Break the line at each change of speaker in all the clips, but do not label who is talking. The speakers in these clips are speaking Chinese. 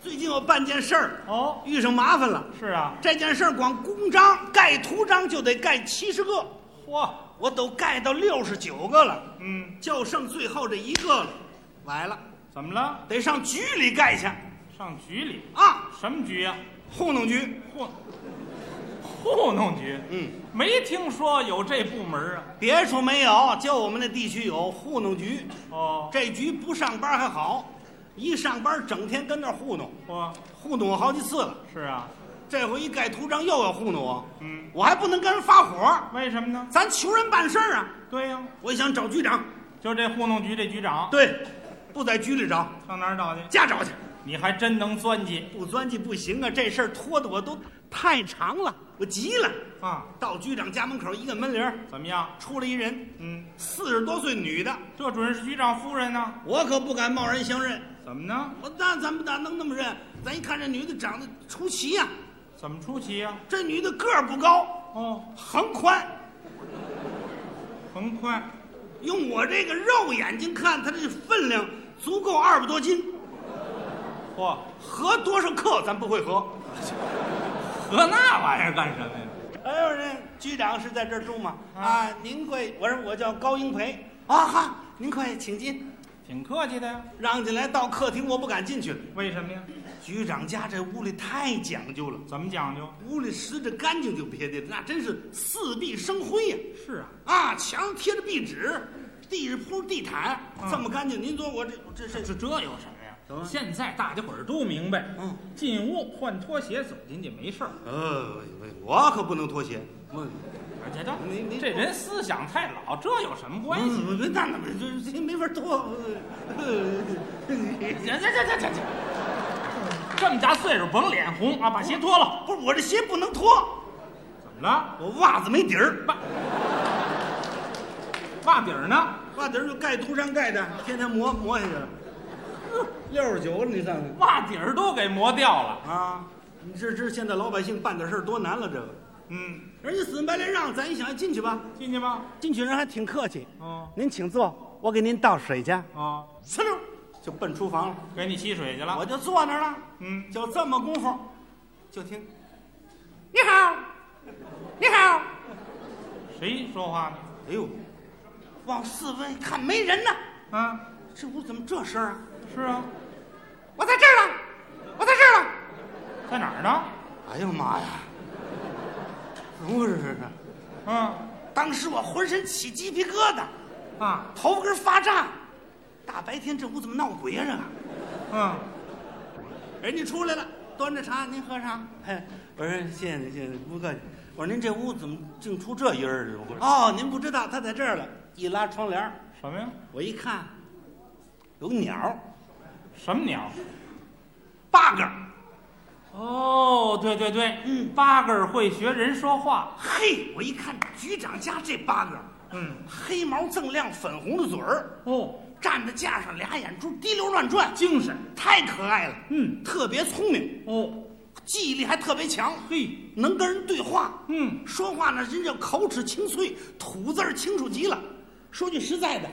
最近我办件事儿，
哦，
遇上麻烦了。
是啊，
这件事儿光公章盖图章就得盖七十个，
嚯，
我都盖到六十九个了，
嗯，
就剩最后这一个了，崴了，
怎么了？
得上局里盖去
上局里？
啊，
什么局呀、
糊弄局。
糊糊弄局？
嗯，
没听说有这部门啊。
别处没有，就我们那地区有糊弄局。
哦，
这局不上班还好，一上班整天跟那儿糊弄，
嚯，
糊弄我好几次了。
是啊，
这回一盖图章又要糊弄我，
嗯，
我还不能跟人发火，
为什么呢？
咱求人办事儿啊。
对呀、
我想找局长，
就这糊弄局这局长，
对，不在局里找，
上哪儿找去？
家找去。
你还真能钻进
不钻进不行啊，这事儿拖得我都太长了，我急了。
啊？
到局长家门口一个门铃儿，
怎么样？
出来一人，
嗯，
四十多岁女的，
这准是局长夫人呢？
我可不敢贸然相认。
怎么呢？
我那咱们咋能那么认？咱一看这女的长得出奇呀、
怎么出奇呀、
这女的个儿不高，
哦，
横宽，
很快，
用我这个肉眼睛看，她这分量足够二百多斤，
嚯，
合多少克咱不会合。
合那玩意儿干什么呀？
哎呦，人局长是在这儿住吗？
啊
啊，您贵，我说我叫高英培。啊哈，您快请进，
挺客气的呀。
让进来到客厅，我不敢进去了。
为什么呀？
局长家这屋里太讲究了，
怎么讲究？
屋里拾着干净就别的，那真是四壁生辉呀、
是啊，
啊，墙上贴着壁纸，地上铺着地毯，
嗯
这么干净。您说我这我这这
这这有什么呀
怎么？
现在大家伙儿都明白，
啊嗯，
进屋换拖鞋走进去没事儿。
呃，我可不能脱鞋。我
而且
你你
这这人思想太老，这有什么关系？
我我那那这这没法脱。嗯
这这这这这这，这么大岁数甭脸红啊，把鞋脱了。
不是我这鞋不能脱，
怎么了？
我袜子没底儿。
袜袜底儿呢？
袜底儿就盖图上盖的，天天磨磨下去了。六十九了，你看看
袜底儿都给磨掉了。
啊！你这这现在老百姓办点事儿多难了，这个
嗯，
人家死乞白赖让，咱一想进去吧，
进去吧。
进去人还挺客气，
哦
您请坐，我给您倒水去，
哦，
呲溜就奔厨房了，
给你沏水去了。
我就坐那儿了，
嗯，
就这么功夫，就听，你好，你好，
谁说话呢？
哎呦，往四分一看没人呢，
啊，
这屋怎么这声儿啊？
是啊，
我在这儿了，我在这儿了。
在哪儿呢？
哎呦妈呀！怎么回事啊？
嗯
当时我浑身起鸡皮疙瘩，
啊
头发根发胀。大白天这屋怎么闹鬼呀、啊这
嗯，
个人家出来了，端着茶，您喝上。哎，我说谢谢您，谢谢您，不客气。我说您这屋怎么净出这音儿啊？这屋哦，您不知道，他在这儿了。一拉窗帘儿，
什么呀？
我一看，有鸟儿，
什么鸟？
八个儿。
哦，对对对，
嗯
八个儿会学人说话。
嘿，我一看局长家这八个儿，
嗯，
黑毛锃亮，粉红的嘴儿，
哦，
站在架上，俩眼珠滴溜乱转，
精神。
太可爱了，
嗯，
特别聪明，
哦，
记忆力还特别强，
嘿，
能跟人对话。
嗯，
说话呢，人家口齿清脆，吐字儿清楚极了。说句实在的，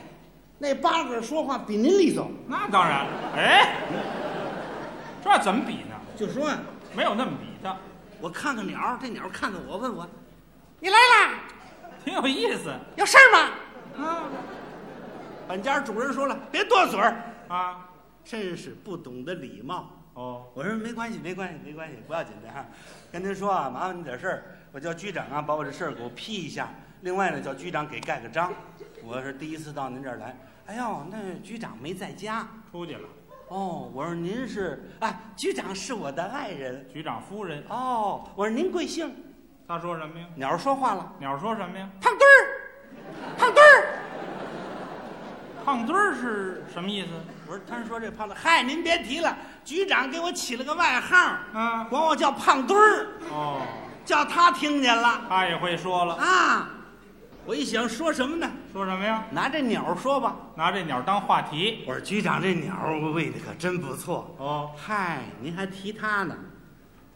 那八个说话比您利索。
那当然了。哎，这怎么比呢？
就说啊呀、
没有那么比的，
我看看鸟儿，这鸟儿看看我，问我：“你来啦？
挺有意思。
有事儿吗
啊？”
本家主人说了：“别多嘴儿，
啊，
真是不懂得礼貌。”
哦，
我说没关系，没关系，没关系，不要紧的哈。跟您说啊，麻烦您点事儿，我叫局长啊，把我这事儿给我批一下。另外呢，叫局长给盖个章。我是第一次到您这儿来，哎呦，那局长没在家
出去了。
哦。我说您是哎，局长是我的爱人
局长夫人，
哦。我说您贵姓？
她说什么呀？
鸟儿说话了，
鸟说什么呀？
胖墩儿，胖墩儿。
胖墩儿是什么意思？
我说他说这胖墩儿，嗨，您别提了，局长给我起了个外号，
啊，
管我叫胖墩儿，
哦，
叫他听见了。
她也会说了。
啊，我一想说什么呢？
说什么呀？
拿这鸟儿说吧。
拿这鸟当话题。
我说局长，这鸟儿喂的可真不错。
哦，
嗨，您还提它呢？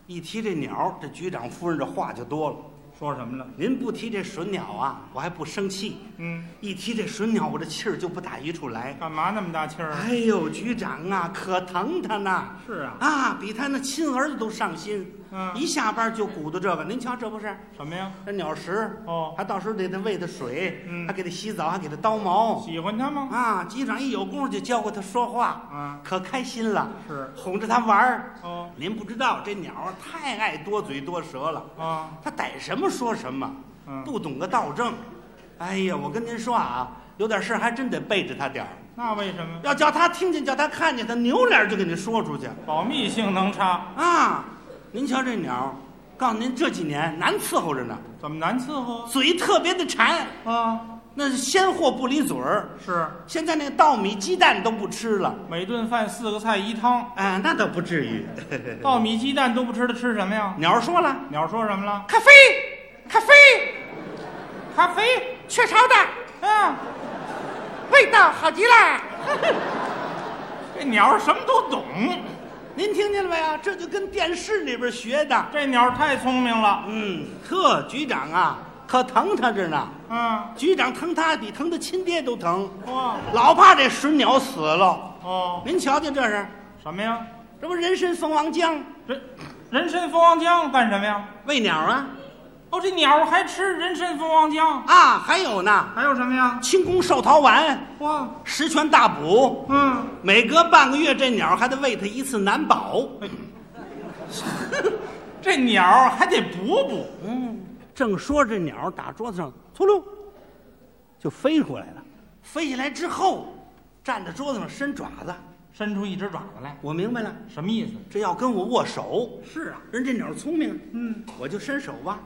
一提这鸟儿，这局长夫人这话就多了。
说什么了？
您不提这水鸟啊，我还不生气；
嗯，
一提这水鸟，我这气儿就不打一处来。
干嘛那么大气儿啊？
哎呦，局长啊，可疼他呢！
是啊，
啊，比他那亲儿子都上心，
嗯
一下班就鼓捣这个。您瞧，这不是
什么呀？
这鸟食，
哦，
还到时候得得喂它水，
嗯
还给它洗澡，还给它叨毛。
喜欢他吗？
啊，局长一有功夫就教过它说话，
啊，
可开心了，
是，
哄着它玩儿。
哦，
您不知道，这鸟儿太爱多嘴多舌了，
啊，
它逮什么说什么，
嗯，
不懂个道正。哎呀，我跟您说啊，有点事儿还真得背着它点儿。
那为什么？
要叫他听见，叫他看见，他扭脸就给您说出去
保密性能差，
啊！您瞧这鸟，告诉您这几年难伺候着呢，
怎么难伺候？
嘴特别的馋，
啊，
那是鲜货不离嘴儿。
是，
现在那个稻米、鸡蛋都不吃了，
每顿饭四个菜一汤，
哎，那倒不至于。
稻米鸡蛋都不吃的吃什么呀？
鸟说了，
鸟说什么了？
咖啡，咖啡，
咖啡，
雀巢的
啊，
味道好极了。
这鸟什么都懂，
您听见了没有？这就跟电视里边学的。
这鸟太聪明了，
嗯，呵，局长啊，可疼他着呢。
啊，
局长疼他比疼他亲爹都疼。
哇，
老怕这水鸟死了。
哦，
您瞧瞧这是，
什么呀？
这不人参蜂王浆
人人参蜂王浆干什么呀？
喂鸟啊
哦，这鸟还吃人参蜂王浆，
啊，还有呢，
还有什么呀？
清宫寿桃丸，
哇，
十全大补，
嗯，
每隔半个月这鸟还得喂它一次难保。
这鸟还得补补，
嗯，正说着这鸟打桌子上，秃噜就飞过来了。飞起来之后，站在桌子上伸爪子。
伸出一只爪子来，
我明白了，
什么意思？
这要跟我握手。
是啊，
人这鸟聪明，
嗯，
我就伸手吧。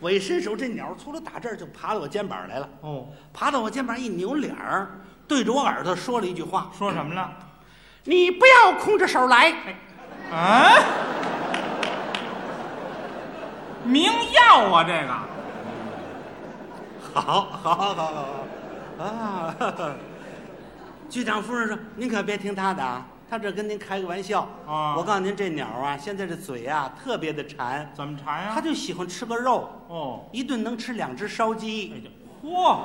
我一伸手，这鸟秃噜打这儿就爬到我肩膀来了。
哦，
爬到我肩膀一扭脸儿，对着我耳朵说了一句话
说什么了？：“
你不要空着手来。
啊，明药啊，这个，”
好，好，好，好，好，啊！呵呵局长夫人说：“您可别听他的啊，他这跟您开个玩笑。
啊
我告诉您，这鸟啊，现在这嘴啊特别的馋，
怎么馋
它
呀？
就喜欢吃个肉，
哦，
一顿能吃两只烧鸡。
这就嚯，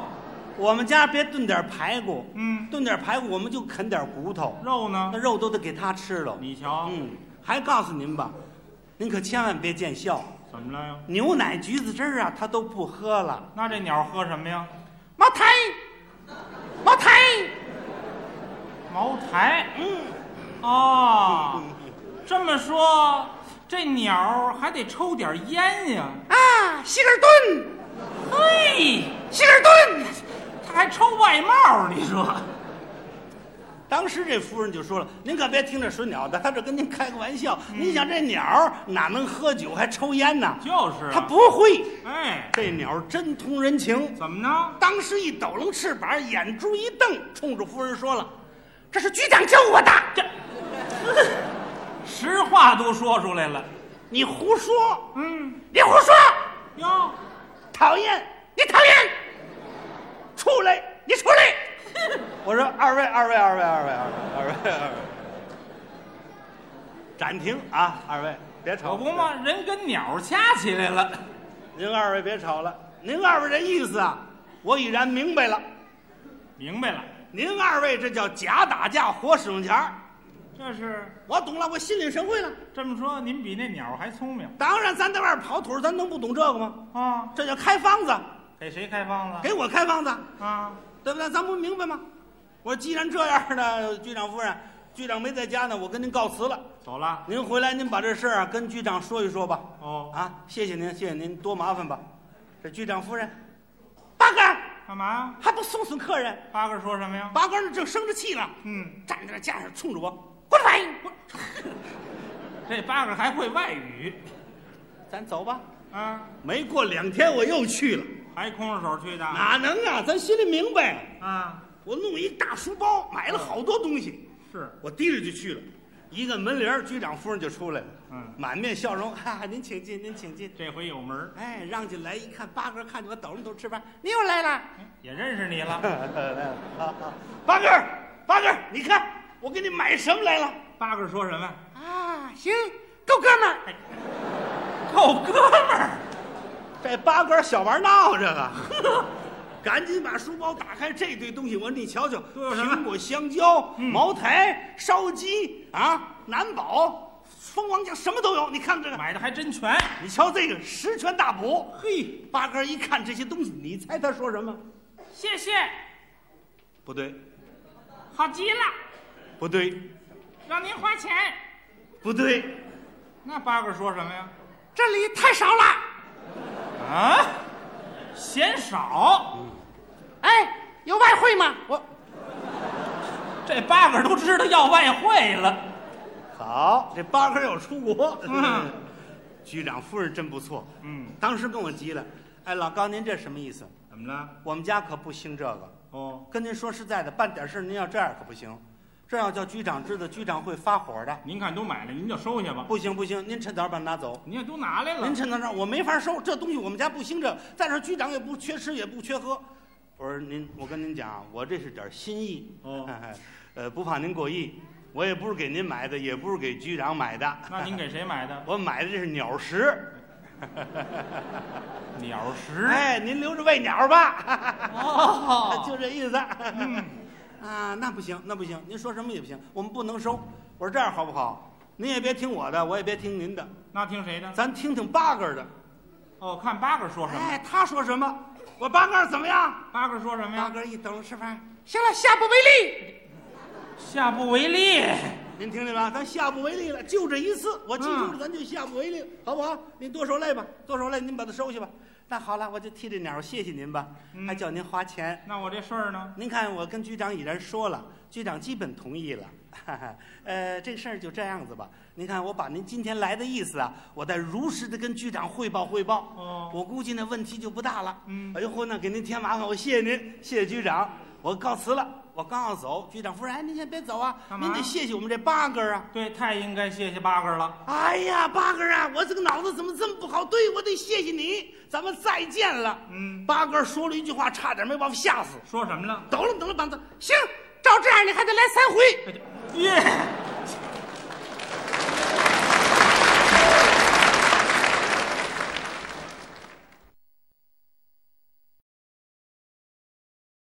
我们家别炖点排骨，
嗯，
炖点排骨我们就啃点骨头，
肉呢
那？肉都得给它吃了。
你瞧，
嗯，还告诉您吧，您可千万别见笑。”
怎么了呀？
牛奶、橘子汁儿啊，他都不喝了。
那这鸟喝什么呀？
茅台，茅台，
茅台。
嗯，
哦，这么说，这鸟还得抽点烟呀？
啊，希尔顿，
嘿，
希尔顿。
它还抽外帽，你说？
当时这夫人就说了：“您可别听这水鸟的，他这跟您开个玩笑。您想这鸟儿哪能喝酒还抽烟呢？
嗯就是
他
啊，
不会。
哎，
这鸟儿真通人情。
怎么呢？
当时一抖楞翅膀，眼珠一瞪，冲着夫人说了：‘这是局长教我的，
这，实话都说出来了。
你胡说，
嗯，
你胡说，
哟，
讨厌，你讨厌，出来，你出来。’”我说二位，二位，二位，二位，二位，二位，二位，暂停啊！二位别吵，
可不嘛，人跟鸟掐起来了。
您二位别吵了，您二位这意思啊，我已然明白了。
明白了，
您二位这叫假打架，活使用钱儿
这是
我懂了，我心领神会了。
这么说，您比那鸟还聪明
当然，咱在外边跑腿儿，咱能不懂这个吗？
啊？
这叫开方子，
给谁开放了？
给我开方子，
啊，
对不对？咱不明白吗？我说，既然这样呢，局长夫人，局长没在家呢，我跟您告辞了。
走了。
您回来，您把这事儿啊跟局长说一说吧。
哦，
啊，谢谢您，谢谢您，多麻烦吧。这局长夫人，八哥儿
干嘛呀？
还不送送客人？
八哥说什么呀？
八哥儿那正生着气呢，
嗯，
站在那架上冲着我，滚来！滚
这八哥还会外语
咱走吧。
啊，
没过两天我又去了，
还空着手去的
哪能啊？咱心里明白，
啊？
我弄一大书包，买了好多东西，
是，
我提着就去了。一个门铃儿，局长夫人就出来了，
嗯，
满面笑容，哈哈，您请进，您请进。
这回有门儿，
哎，让进来一看，八哥儿看见我抖着头吃饭，你又来了。
也认识你了。
八哥儿，八哥儿，你看我给你买什么来了？
八哥说什么？
啊，行，够哥们儿。
够哥们儿，
这八竿小玩闹，这个， 赶紧把书包打开，这堆东西我你瞧瞧，
都有什么
苹果、香蕉、
嗯
茅台、烧鸡啊，南宝、蜂王浆，什么都有。你看这个，
买的还真全。
你瞧这个，十全大补。
嘿，
八哥一看这些东西，你猜他说什么？
谢谢，
不对，
好极了，
不对，
让您花钱。
不对，
那八哥说什么呀？
这里太少了。
啊，嫌少，
哎，有外汇吗？我
这八哥都知道要外汇了。
好，这八哥要出国。
嗯
局长夫人真不错，
嗯，
当时跟我急了。哎，老高，您这什么意思？
怎么了？
我们家可不兴这个。
哦，
跟您说实在的，办点事儿您要这样可不行，这要叫局长知道，局长会发火的。
您看都买了，您就收下吧。
不行不行，您趁早把它拿走。
您也都拿来了
您，趁早让我没法收这东西，我们家不兴这。再说局长也不缺吃也不缺喝。我说您，我跟您讲啊，我这是点心意。
哦
呃，不怕您过意，我也不是给您买的，也不是给局长 买的。
那您给谁买的？
我买的这是鸟 食。
鸟食。
哎，您留着喂鸟吧，
哦
就这意思。啊，那不行，那不行，您说什么也不行，我们不能收。我说这样好不好？您也别听我的，我也别听您的，
那听谁的？
咱听听八哥的。
哦，看八哥说什么。
哎，他说什么？我八哥怎么样？
八哥说什么
八
呀？
哥一等着吃饭，
行了，下不为例。
下不为例。
您听见吧？咱下不为例了，就这一次，我记住了，
嗯
咱就下不为例，好不好？您多受累吧，多受累，您把它收下吧。那好了，我就替这鸟谢谢您吧，
嗯
还叫您花钱。
那我这事儿呢？
您看，我跟局长已然说了，局长基本同意了。 哈哈，呃，这事儿就这样子吧。您看，我把您今天来的意思啊，我再如实的跟局长汇报汇报。
哦
我估计那问题就不大了。
嗯
哎呦嚯，那给您添麻烦，我谢谢您， 谢谢局长。我告辞了，我刚要走，局长夫人，哎，您先别走啊，
干嘛
您得谢谢我们这八哥啊。
对，太应该谢谢八哥了。
哎呀，八哥啊，我这个脑子怎么这么不好？对，我得谢谢你，咱们再见了。
嗯
八哥说了一句话，差点没把我吓死。
说什么了？
抖了抖了膀子，
行，照这样你还得来三回。
这就耶。